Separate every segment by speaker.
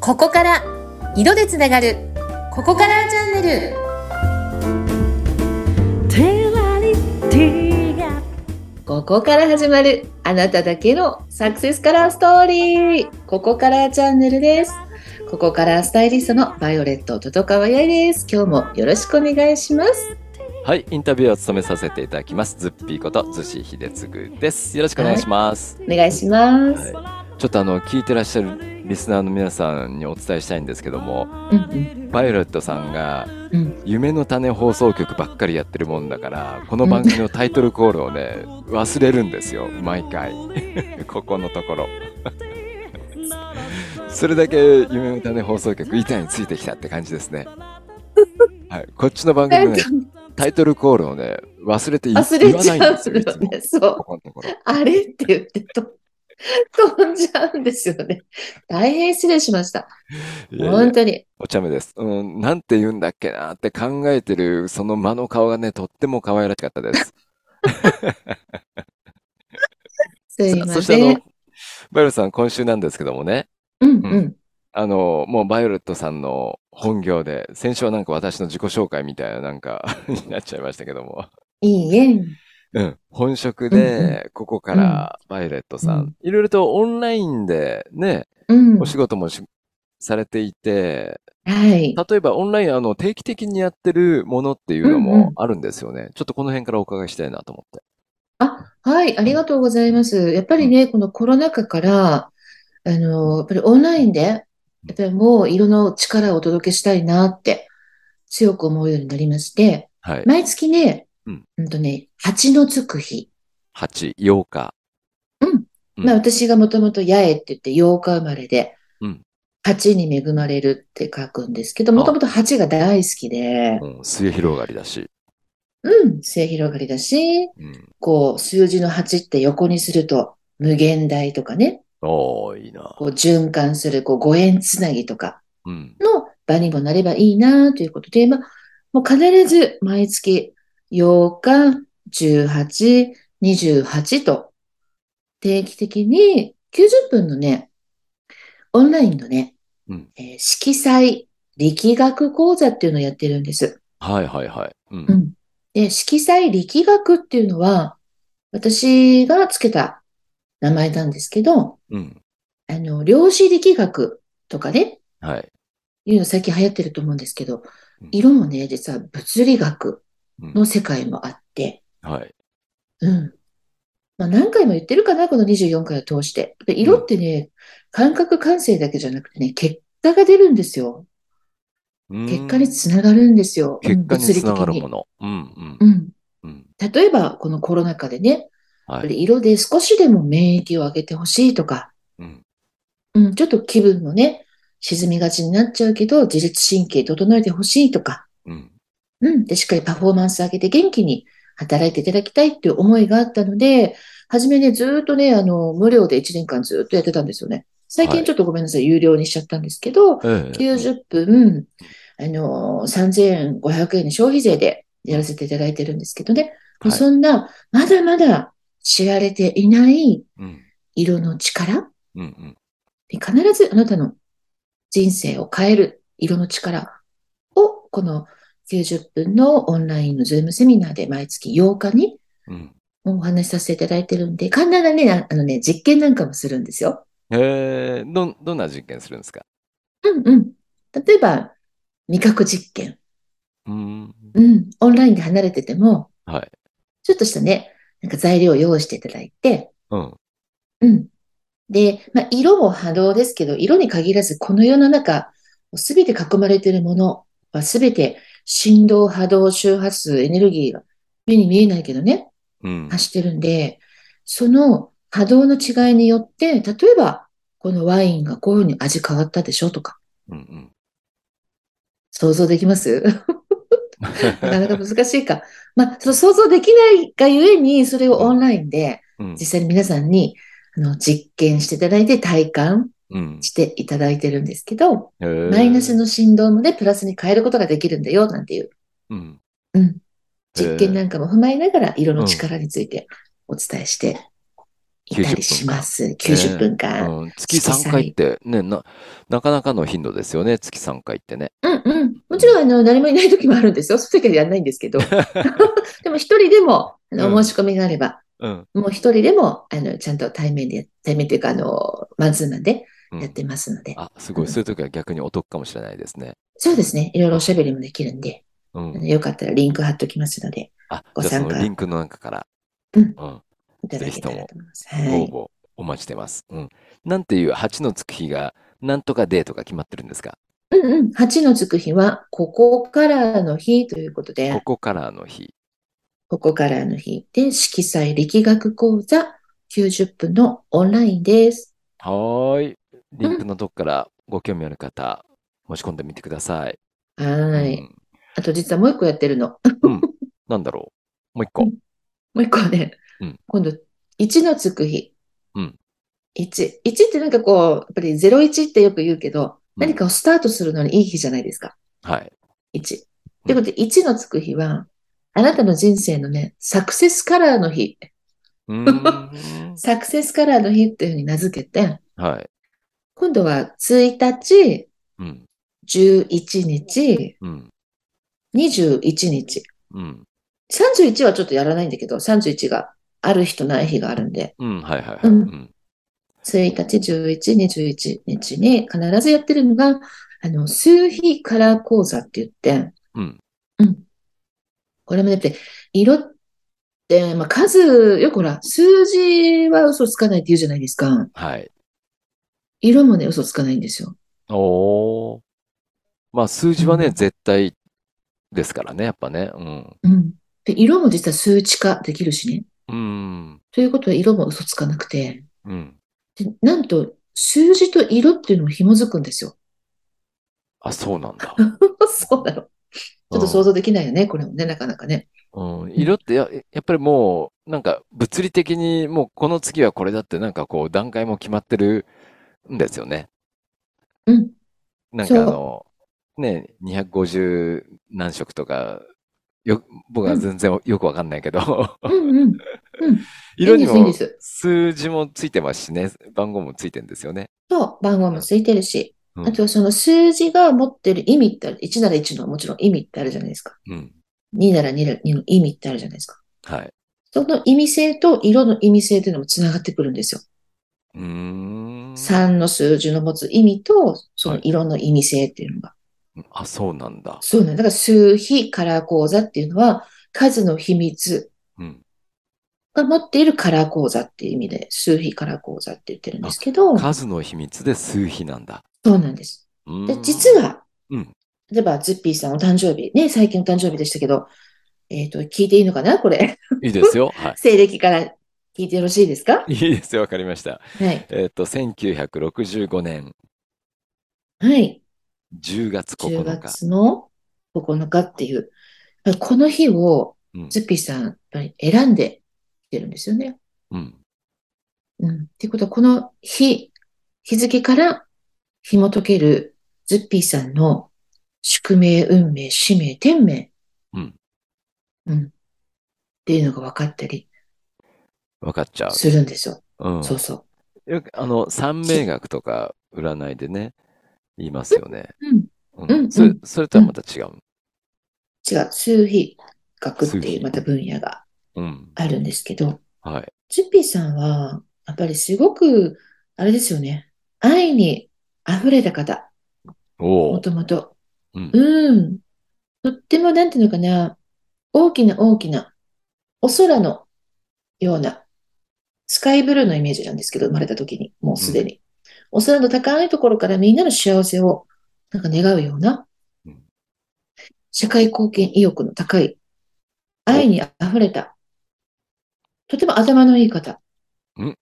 Speaker 1: ここから色でつながるここからチャンネル
Speaker 2: テラリティが
Speaker 1: ここから始まるあなただけのサクセスカラーストーリーここからチャンネルですここからスタイリストのバイオレット戸川八重です今日もよろしくお願いします
Speaker 3: はい、インタビューを務めさせていただきます。ズッピーこと、逗子秀次です。よろしくお願いします。
Speaker 1: お願いしま
Speaker 3: は
Speaker 1: す、
Speaker 3: いちょっとあの、聞いてらっしゃるリスナーの皆さんにお伝えしたいんですけども、
Speaker 1: うん
Speaker 3: バイオレットさんが
Speaker 1: うん、
Speaker 3: 夢の種放送局ばっかりやってるもんだから、この番組のタイトルコールをね、忘れるんですよ、毎回。 ここのところ。それだけ夢の種放送局板についてきたって感じですね。はい、こっちの番組ね、タイトルコールをね、忘れてい
Speaker 1: 忘れち
Speaker 3: 言わ
Speaker 1: ゃ
Speaker 3: な
Speaker 1: う
Speaker 3: いんですよいつ
Speaker 1: の
Speaker 3: も
Speaker 1: ねそう
Speaker 3: ここのところ。
Speaker 1: あれって言ってと飛んじゃうんですよね大変失礼しました
Speaker 3: いやいや
Speaker 1: 本当に
Speaker 3: お茶目です。うん、なんて言うんだっけなって考えてるその間の顔がね、とっても可愛らしかったです。
Speaker 1: すい
Speaker 3: さ
Speaker 1: ま
Speaker 3: そし
Speaker 1: せ
Speaker 3: てあ
Speaker 1: ん
Speaker 3: の、バイオレットさん今週なんですけどもね、
Speaker 1: うんうん
Speaker 3: あの、もうバイオレットさんの本業で、先週はなんか私の自己紹介みたいななんか になっちゃいましたけども、
Speaker 1: いいえ
Speaker 3: うん、本職
Speaker 1: うん
Speaker 3: で、ここからバイオレットさん、いろいろとオンラインでね、
Speaker 1: うん
Speaker 3: お仕事もしされていて、
Speaker 1: はい
Speaker 3: 例えばオンライン、あの、定期的にやってるものっていうの
Speaker 1: うんうん
Speaker 3: もあるんですよね。ちょっとこの辺からお伺いしたいなと思って。
Speaker 1: あ、はい、ありがとうございます。やっぱりね、このコロナ禍から、あの、やっぱりオンラインで、やっぱりもう色の力をお届けしたいなって強く思うようになりまして、
Speaker 3: はい。
Speaker 1: 毎月ね、
Speaker 3: うん
Speaker 1: うんとね、蜂のつく日。
Speaker 3: 8、8日。うん
Speaker 1: まあ私がもともと八重って言って8日生まれで
Speaker 3: うん、
Speaker 1: 蜂に恵まれるって書くんですけど、もともと蜂が大好きで、
Speaker 3: うん、末広がりだし。
Speaker 1: うん、末広がりだし、
Speaker 3: うん。
Speaker 1: こう、数字の8って横にすると、無限大とかね、
Speaker 3: おー、いいな。
Speaker 1: こう循環するこうご縁つなぎとか
Speaker 3: うん。
Speaker 1: の場にもなればいいなということで、まあ、もう必ず毎月8日、18、28と定期的に90分のね、オンラインのね、
Speaker 3: うん
Speaker 1: えー色彩力学講座っていうのをやってるんです。
Speaker 3: はいはいはい。うん。
Speaker 1: うんで、色彩力学っていうのは、私がつけた名前なんですけど、
Speaker 3: うん。
Speaker 1: あの、量子力学とかね、
Speaker 3: はい。
Speaker 1: いうの最近流行ってると思うんですけど
Speaker 3: うん、
Speaker 1: 色もね、実は物理学
Speaker 3: うん
Speaker 1: の世界もあって、
Speaker 3: はい。
Speaker 1: うん。まあ何回も言ってるかな、この24回を通して。で色ってね、感覚感性だけじゃなくてね、結果が出るんですよ。
Speaker 3: うん
Speaker 1: 結果につながるんですよ。
Speaker 3: 結果
Speaker 1: うん物
Speaker 3: に
Speaker 1: 理
Speaker 3: つな
Speaker 1: 的
Speaker 3: がる
Speaker 1: に
Speaker 3: も。の。うん
Speaker 1: う、ん。
Speaker 3: うん、うん。
Speaker 1: 例えば、このコロナ禍でね、やっ
Speaker 3: は
Speaker 1: ぱ
Speaker 3: い。
Speaker 1: り色で少しでも免疫を上げてほしいとか、
Speaker 3: うん。
Speaker 1: うん、ちょっと気分もね、沈みがちになっちゃうけど、自律神経整えてほしいとか、
Speaker 3: うん。
Speaker 1: うん。で、しっかりパフォーマンス上げて元気に働いていただきたいっていう思いがあったので、初めね、ずーっとね、あの、無料で1年間ずーっとやってたんですよね。最
Speaker 3: は
Speaker 1: 近
Speaker 3: い
Speaker 1: ちょっとごめんなさい、有料にしちゃったんですけど、
Speaker 3: ええ
Speaker 1: 90分、あの、3500円の消費税でやらせていただいてるんですけどね。
Speaker 3: はい
Speaker 1: そんな、まだまだ知られていない
Speaker 3: うん。
Speaker 1: 色の力、
Speaker 3: うん。うん。
Speaker 1: 必ずあなたの人生を変える色の力を、この90分のオンラインのズームセミナーで毎月8日に
Speaker 3: うん。
Speaker 1: お話しさせていただいてるんで、簡単なね、ああのね、実験なんかもするんですよ。
Speaker 3: ええどん、どんな実験するんですか
Speaker 1: うんうん。例えば、味覚実験。
Speaker 3: うん。
Speaker 1: うん。オンラインで離れてても、
Speaker 3: はい。
Speaker 1: ちょっとしたね、なんか材料を用意していただいて、
Speaker 3: うん。
Speaker 1: うん。で、まあ、色も波動ですけど、色に限らず、この世の中、すべて囲まれているものはすべて振動、波動、周波数、エネルギーが目に見えないけどね、
Speaker 3: うん。
Speaker 1: 発してるんで、その波動の違いによって、例えば、このワインがこういうふうに味変わったでしょとか、
Speaker 3: うん。うん。
Speaker 1: 想像できます なかなか難しいか。まあ、その想像できないがゆえに、それをオンラインで
Speaker 3: うん。
Speaker 1: 実際に皆さんにあの実験していただいて体感
Speaker 3: うん。
Speaker 1: していただいてるんですけど、
Speaker 3: ええ
Speaker 1: マイナスの振動もね、プラスに変えることができるんだよ、なんていう、
Speaker 3: うん。
Speaker 1: うん、
Speaker 3: ええ
Speaker 1: 実験なんかも踏まえながら、色の力についてお伝えしていたりします。90分間。
Speaker 3: うん、月3回ってねな、なかなかの頻度ですよね、月3回ってね。
Speaker 1: うんうん。もちろん、あの、誰もいない時もあるんですよ。そういう時はやらないんです けど。でも、一人でも、あの、
Speaker 3: う
Speaker 1: お
Speaker 3: ん
Speaker 1: 申し込みがあれば、
Speaker 3: うん、
Speaker 1: もう一人でも、あの、ちゃんと対面で、対面というか、あの、マンツーマンでやってますので。
Speaker 3: あ、すごい、そういう時は逆にお得かもしれないですね。
Speaker 1: そうですね。いろいろおしゃべりもできるんで、
Speaker 3: う
Speaker 1: あの
Speaker 3: ん。
Speaker 1: よかったらリンク貼っときますので、
Speaker 3: あ、
Speaker 1: ご
Speaker 3: じゃ
Speaker 1: 参
Speaker 3: あそ
Speaker 1: 加
Speaker 3: のリンクの中から、
Speaker 1: うん
Speaker 3: うん、
Speaker 1: いただけたらと思います。は
Speaker 3: ご応
Speaker 1: い。
Speaker 3: 募お待ちしてます。うん。なんていう8のつく日が、なんとかデーとか決まってるんですか
Speaker 1: うんうん。8のつく日は、ここからの日ということで、
Speaker 3: ここからの日。
Speaker 1: ここからの日で、色彩力学講座90分のオンラインです。
Speaker 3: はーい。リンクのとこからご興味ある方、申し込んでみてください。
Speaker 1: はー
Speaker 3: う
Speaker 1: い。
Speaker 3: ん
Speaker 1: あと実はもう一個やってるの。
Speaker 3: なんだろう。もう一個。
Speaker 1: うんもう一個はね
Speaker 3: うん、
Speaker 1: 今度、1のつく日。
Speaker 3: うん
Speaker 1: 1。1ってなんかこう、やっぱり01ってよく言うけど、
Speaker 3: うん
Speaker 1: 何かをスタートするのにいい日じゃないですか。
Speaker 3: はい。
Speaker 1: 1。ということで、1のつく日は、あなたの人生のね、サクセスカラーの日。
Speaker 3: うー ん
Speaker 1: サクセスカラーの日っていうふうに名付けて、
Speaker 3: はい。
Speaker 1: 今度は1日、
Speaker 3: うん。
Speaker 1: 11日、
Speaker 3: うん。
Speaker 1: 21日。
Speaker 3: うん。
Speaker 1: 31はちょっとやらないんだけど、31がある日とない日があるんで、
Speaker 3: うん。はいはいはい。
Speaker 1: うん
Speaker 3: うん。
Speaker 1: 1日、11、21日に必ずやってるのが、あの、数日カラー講座って言って、
Speaker 3: うん。
Speaker 1: これもだって、色って、まあ、数、よくほら、数字は嘘つかないって言うじゃないですか。
Speaker 3: はい。
Speaker 1: 色もね、嘘つかないんですよ。
Speaker 3: おー。まあ、数字はね、
Speaker 1: うん
Speaker 3: 絶対ですからね、やっぱね。うん。
Speaker 1: うん。で、色も実は数値化できるしね。
Speaker 3: うん。
Speaker 1: ということは、色も嘘つかなくて、
Speaker 3: うん。
Speaker 1: でなんと、数字と色っていうのも紐づくんですよ。
Speaker 3: あ、そうなんだ。
Speaker 1: そうなの。ちょっと想像できないよね、これもね、なかなかね。
Speaker 3: うん、色ってや、やっぱりもう、なんか物理的にもうこの次はこれだってなんかこう段階も決まってるんですよね。
Speaker 1: うん。
Speaker 3: なん
Speaker 1: そう
Speaker 3: かあの、ね、250何色とか、よ、僕は全然よくわかんないけど、
Speaker 1: うんうん。
Speaker 3: 色に
Speaker 1: いいん
Speaker 3: も
Speaker 1: です、いいんです。
Speaker 3: 数字もついてますしね、番号もついてんですよね。
Speaker 1: そう、番号もついてるし、
Speaker 3: うん
Speaker 1: あとその数字が持ってる意味ってある、1なら1のもちろん意味ってあるじゃないですか。
Speaker 3: うん。
Speaker 1: 2なら2の2の意味ってあるじゃないですか。
Speaker 3: はい。
Speaker 1: その意味性と色の意味性というのもつながってくるんですよ。
Speaker 3: うーん。
Speaker 1: 3の数字の持つ意味と、その色の意味性っていうのが。
Speaker 3: あ、そうなんだ。
Speaker 1: そうなんだ。だから数比カラー講座っていうのは、数の秘密
Speaker 3: うん。
Speaker 1: が持っているカラー講座っていう意味で、数比カラー講座って言ってるんですけど、そ
Speaker 3: 数の秘密で数比なんだ。
Speaker 1: うなんです。
Speaker 3: うーん
Speaker 1: で、実は、
Speaker 3: うん。
Speaker 1: 例えば、ズッピーさんお誕生日、ね、最近お誕生日でしたけど、えっ、と、聞いていいのかなこれ。
Speaker 3: いいですよ。は
Speaker 1: 西暦から聞いてよろしいですか
Speaker 3: い。いいですよ。わかりました。
Speaker 1: はい。
Speaker 3: えっと、1965年
Speaker 1: はい。
Speaker 3: 10月9
Speaker 1: 10
Speaker 3: 日。
Speaker 1: 月の9日っていう。この日を
Speaker 3: うん
Speaker 1: ズッピーさん、やっぱり選んできてるんですよね。
Speaker 3: うん。
Speaker 1: うん。っていうことは、この日、日付から紐解けるズッピーさんの宿命、運命、使命、天命。
Speaker 3: うん。
Speaker 1: うん。っていうのが分かったり
Speaker 3: わかっちゃう。
Speaker 1: するんですよ。
Speaker 3: うん。
Speaker 1: そうそう。
Speaker 3: よく、あの、三名学とか占いでね、言いますよね。
Speaker 1: うん
Speaker 3: う
Speaker 1: うん
Speaker 3: それ
Speaker 1: うん、
Speaker 3: それとはまた違う。
Speaker 1: 違う、数比学って
Speaker 3: 数
Speaker 1: い
Speaker 3: 比
Speaker 1: うまた分野が
Speaker 3: うん。
Speaker 1: あるんですけど、
Speaker 3: はい。
Speaker 1: チッピーさんは、やっぱりすごく、あれですよね、愛に溢れた方、
Speaker 3: お
Speaker 1: も
Speaker 3: お。
Speaker 1: ともと。
Speaker 3: うん
Speaker 1: うん。とっても、なんていうのかな、大きな大きな、お空のような、スカイブルーのイメージなんですけど、生まれた時に、もうすでに。お空の高いところからみんなの幸せを、なんか願うような
Speaker 3: うん、
Speaker 1: 社会貢献意欲の高い、愛に溢れた、とても頭のいい方
Speaker 3: うん。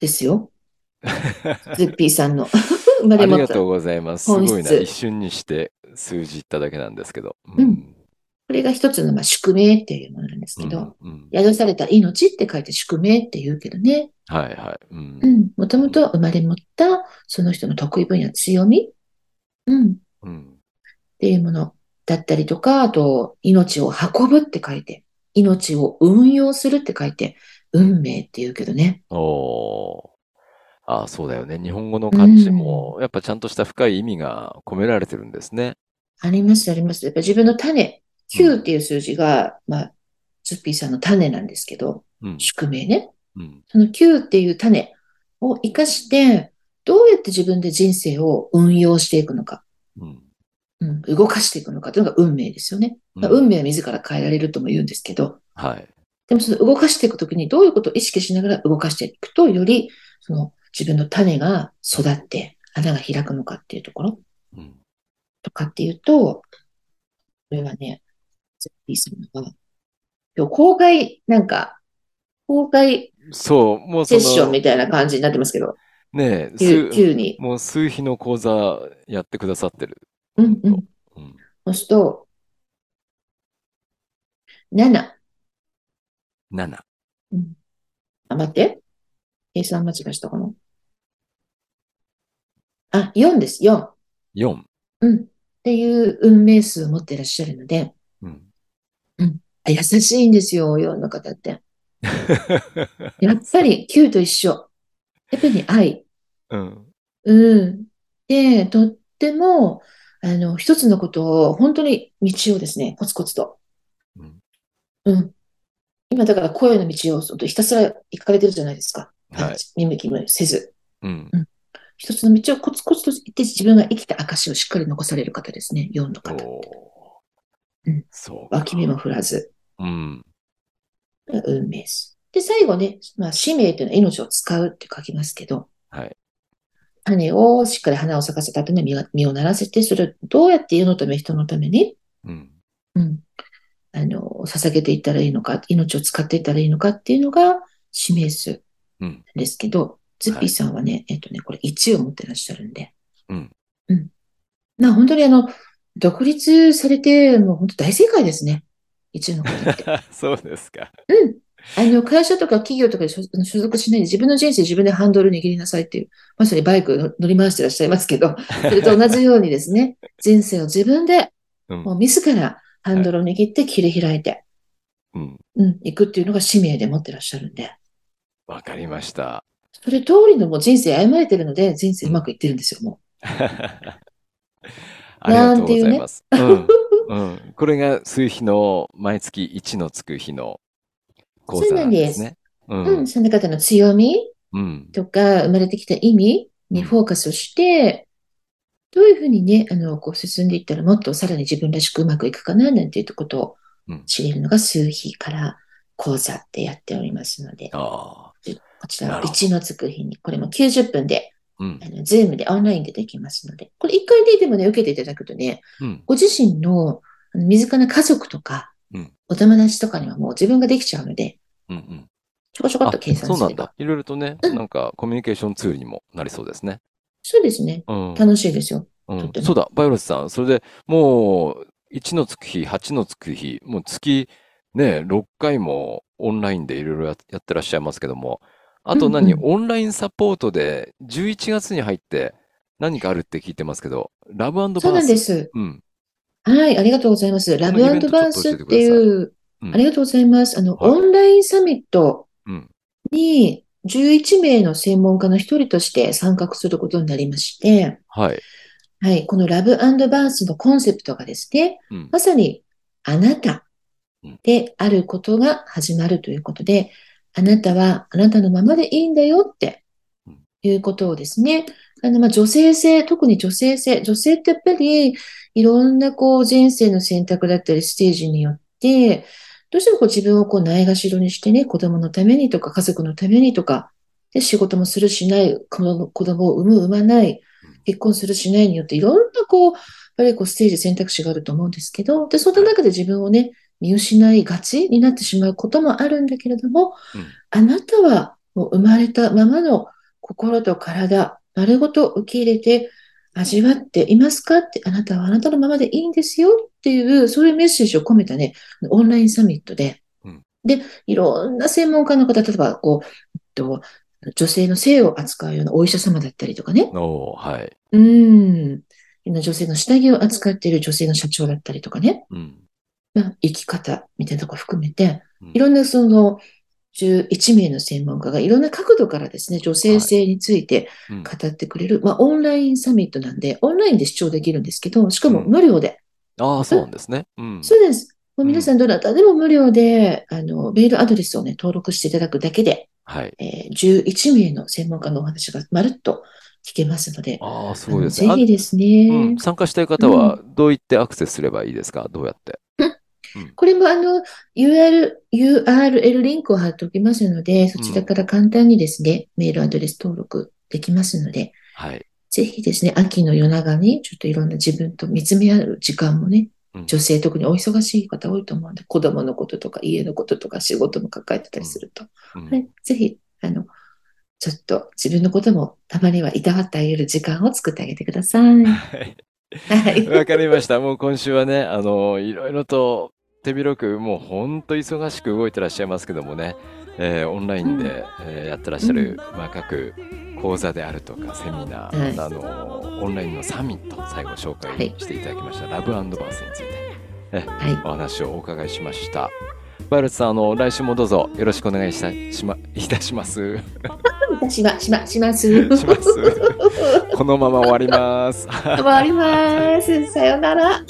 Speaker 1: ですよ。ズッピーさんの 生ま
Speaker 3: あ
Speaker 1: れ
Speaker 3: り
Speaker 1: 持っ
Speaker 3: が
Speaker 1: た。
Speaker 3: とう
Speaker 1: こ
Speaker 3: ございます。す
Speaker 1: 本質
Speaker 3: ごいな。一瞬にして数字言っただけなんですけど。う
Speaker 1: うん。れが一つのまあ宿命っていうものなんです
Speaker 3: う
Speaker 1: けど、
Speaker 3: ん。うん。
Speaker 1: 宿された命って書いて宿命って言うけどね。
Speaker 3: はいはい。うん
Speaker 1: う。ん。もともと生まれ持ったその人の得意分野、強み。うん。
Speaker 3: うん。
Speaker 1: っていうものだったりとか、あと、命を運ぶって書いて、命を運用するって書いて、運命っていうけどね。
Speaker 3: おーああ、そうだよね。日本語の漢字も、やっぱちゃんとした深い意味が込められてるんですね。
Speaker 1: あります、あります。やっぱ自分の種、9っていう数字が、まあ、ズッピーさんの種なんですけど、
Speaker 3: うん。
Speaker 1: 宿命ね。
Speaker 3: うん。
Speaker 1: その9っていう種を活かして、どうやって自分で人生を運用していくのか、
Speaker 3: うん。
Speaker 1: うん、動かしていくのかというのが運命ですよね。まあ、運命は自ら変えられるとも言うんですけど、
Speaker 3: はい。
Speaker 1: でもその動かしていくときにどういうことを意識しながら動かしていくと、よりその自分の種が育って穴が開くのかっていうところ
Speaker 3: うん。
Speaker 1: とかっていうと、これはね、ゼッピーさんは、今日公開、なんか、公開
Speaker 3: そう、もうそ
Speaker 1: セ
Speaker 3: の、
Speaker 1: ッションみたいな感じになってますけど、
Speaker 3: ねえ、
Speaker 1: 急
Speaker 3: す、
Speaker 1: 急に。
Speaker 3: もう数日の講座やってくださってる。
Speaker 1: うんうん。
Speaker 3: うん。
Speaker 1: そうすると、7。
Speaker 3: 7。
Speaker 1: あ、待って。計算間違いしたかなあ、4です、4。
Speaker 3: 4。
Speaker 1: うん。っていう運命数を持ってらっしゃるので、
Speaker 3: うん。
Speaker 1: あ優しいんですよ、4の方って。やっぱり9と一緒。やっぱり愛。
Speaker 3: うん。
Speaker 1: うん。で、とっても、あの、一つのことを、本当に道をですね、コツコツと。
Speaker 3: うん
Speaker 1: うん。今、だから声の道を、ひたすら行かれてるじゃないですか。
Speaker 3: はい。
Speaker 1: 見向きもせず。
Speaker 3: うん。
Speaker 1: 一つの道をコツコツと行って、自分が生きた証をしっかり残される方ですね。4の
Speaker 3: お
Speaker 1: 方って。うん
Speaker 3: ー。そうか。
Speaker 1: 脇目も振らず。
Speaker 3: うん。
Speaker 1: 運命です。で、最後ね、まあ、使命というのは命を使うって書きますけど、
Speaker 3: はい。
Speaker 1: 種をしっかり花を咲かせた後に実が実をならせて、それをどうやって世のため、人のために、
Speaker 3: うん。
Speaker 1: うん、あの、捧げていったらいいのか、命を使っていったらいいのかっていうのが使命数
Speaker 3: うん。
Speaker 1: ですけど、ズッピーさんはね、えっとね、これ1を持ってらっしゃるんで、
Speaker 3: うん。
Speaker 1: うん。まあ、本当にあの、独立されて、もう本当大正解ですね。1の方って。
Speaker 3: そうですか。
Speaker 1: うん。あの、会社とか企業とかに所所属しないで自分の人生自分でハンドル握りなさいっていう、まさにバイクの乗り回してらっしゃいますけ ど、それと同じようにですね、人生を自分で、
Speaker 3: うん
Speaker 1: もう自らハンドルを握って切り開いて、
Speaker 3: うん。
Speaker 1: うん、行くっていうのが使命で持ってらっしゃるんで、
Speaker 3: わかりました。
Speaker 1: それ通りのもう人生歩まれてるので、人生うまくいってるんですよ、も
Speaker 3: ありがとうございます。うん。うん。これが水日の毎月1のつく日の講座なんですね。う
Speaker 1: う。うん、その方の強み
Speaker 3: うん。
Speaker 1: とか、生まれてきた意味にフォーカスをして、どういうふうにね、あの、こう進んでいったらもっとさらに自分らしくうまくいくかな、なんていうことを
Speaker 3: うん
Speaker 1: 知れるのが数日から講座ってやっておりますので、こ
Speaker 3: ああ。
Speaker 1: ちら
Speaker 3: な
Speaker 1: は
Speaker 3: るほど
Speaker 1: 1のつく日に、これも90分で、
Speaker 3: うん
Speaker 1: あ。の、ズームでオンラインでできますので、これ1回ででもね、受けていただくとね、
Speaker 3: うん。
Speaker 1: ご自身のあの身近な家族とか
Speaker 3: うん、
Speaker 1: お友達とかにはもう自分ができちゃうので、
Speaker 3: うん。うん。
Speaker 1: ちょこちょこっと計
Speaker 3: あ
Speaker 1: 算
Speaker 3: そう
Speaker 1: す
Speaker 3: な
Speaker 1: れ
Speaker 3: ん
Speaker 1: ば。
Speaker 3: だ。いろいろとね、
Speaker 1: うん
Speaker 3: なんかコミュニケーションツールにもなりそうですね。
Speaker 1: そうですね。
Speaker 3: うん。
Speaker 1: 楽しいですよ。
Speaker 3: うん
Speaker 1: とっても
Speaker 3: そうだ、バイオロスさん。それでもう、1のつく日、8のつく日、もう月、ね、6回もオンラインでいろいろややってらっしゃいますけども、あと何、
Speaker 1: うんう
Speaker 3: オンラインサポートで、11月に入って何かあるって聞いてますけど、ラブバース。
Speaker 1: そうなんです。
Speaker 3: うん。
Speaker 1: はい、ありがとうございます。ラブ
Speaker 3: このイベント
Speaker 1: バースってい
Speaker 3: ちょっと
Speaker 1: う、
Speaker 3: うん
Speaker 1: ありがとうございます。あの、
Speaker 3: はい
Speaker 1: オンラインサミット
Speaker 3: うん。
Speaker 1: に11名の専門家の一人として参画することになりまして、
Speaker 3: はい。
Speaker 1: はい、このラブバースのコンセプトがですね、
Speaker 3: うん。
Speaker 1: まさにあなたであることが始まるということで、あなたはあなたのままでいいんだよって
Speaker 3: うん
Speaker 1: いうことをですね、あの、まあ、女性性、特に女性性、女性ってやっぱりいろんなこう人生の選択だったりステージによって、どうしてもこう自分をこうないがしろにしてね、子供のためにとか家族のためにとか、で仕事もするしない、子供子供を産む、産まない、結婚するしないによっていろんなこう、やっぱりこうステージ選択肢があると思うんですけど、で、その中で自分をね、見失いがちになってしまうこともあるんだけれども、
Speaker 3: うん
Speaker 1: あなたはもう生まれたままの心と体、丸ごと受け入れて味わっていますかって、あなたはあなたのままでいいんですよっていう、そういうメッセージを込めたね、オンラインサミットで
Speaker 3: うん、
Speaker 1: で、いろんな専門家の方、例えばこう、えっと女性の性を扱うようなお医者様だったりとかね、
Speaker 3: おー、はい。
Speaker 1: うん。女性の下着を扱っている女性の社長だったりとかね、
Speaker 3: うん。
Speaker 1: まあ、生き方みたいなとこ含めて
Speaker 3: うん、
Speaker 1: いろんなその11名の専門家がいろんな角度からですね、女性性について
Speaker 3: うん
Speaker 1: 語ってくれる、まあ、オンラインサミットなんで、オンラインで視聴できるんですけど、しかも無料で。
Speaker 3: ああ、そうなんですね。うん。
Speaker 1: そうです。もう
Speaker 3: うん
Speaker 1: 皆さんどなたでも無料で、あの、メールアドレスをね、登録していただくだけで、
Speaker 3: はい。
Speaker 1: えー11名の専門家のお話がまるっと聞けますので、
Speaker 3: ああ、すごいです
Speaker 1: あ
Speaker 3: ね。
Speaker 1: の
Speaker 3: あ
Speaker 1: ぜひです
Speaker 3: う
Speaker 1: ね
Speaker 3: ん、。参加したい方は、どういってアクセスすればいいですかどうやって
Speaker 1: これもあの URL、URL リンクを貼っておきますので、そちらから簡単にですね、メールアドレス登録できますので、
Speaker 3: はい。
Speaker 1: ぜひですね、秋の夜長にちょっといろんな自分と見つめ合う時間もね
Speaker 3: うん、
Speaker 1: 女性特にお忙しい方多いと思うんで、子供のこととか家のこととか仕事も抱えてたりすると、
Speaker 3: うん
Speaker 1: ねぜひ、あの、ちょっと自分のこともたまにはいたわってあげる時間を作ってあげてください。
Speaker 3: はい
Speaker 1: はい。
Speaker 3: わかりました。もう今週はね、あの、いろいろと手広く、もうほんと忙しく動いてらっしゃいますけどもね、えーオンラインで、えーやってらっしゃる、まあ、各講座であるとか、セミナー、
Speaker 1: はい
Speaker 3: またあの、オンラインのサミット、最後紹介していただきました、ラブバースについて、え
Speaker 1: はい
Speaker 3: お話をお伺いしました。バイルツさん、あの、来週もどうぞよろしくお願いしたしま、いたします。
Speaker 1: 私はしま、します。
Speaker 3: しますこのまま終わります。
Speaker 1: 終わります。さようなら。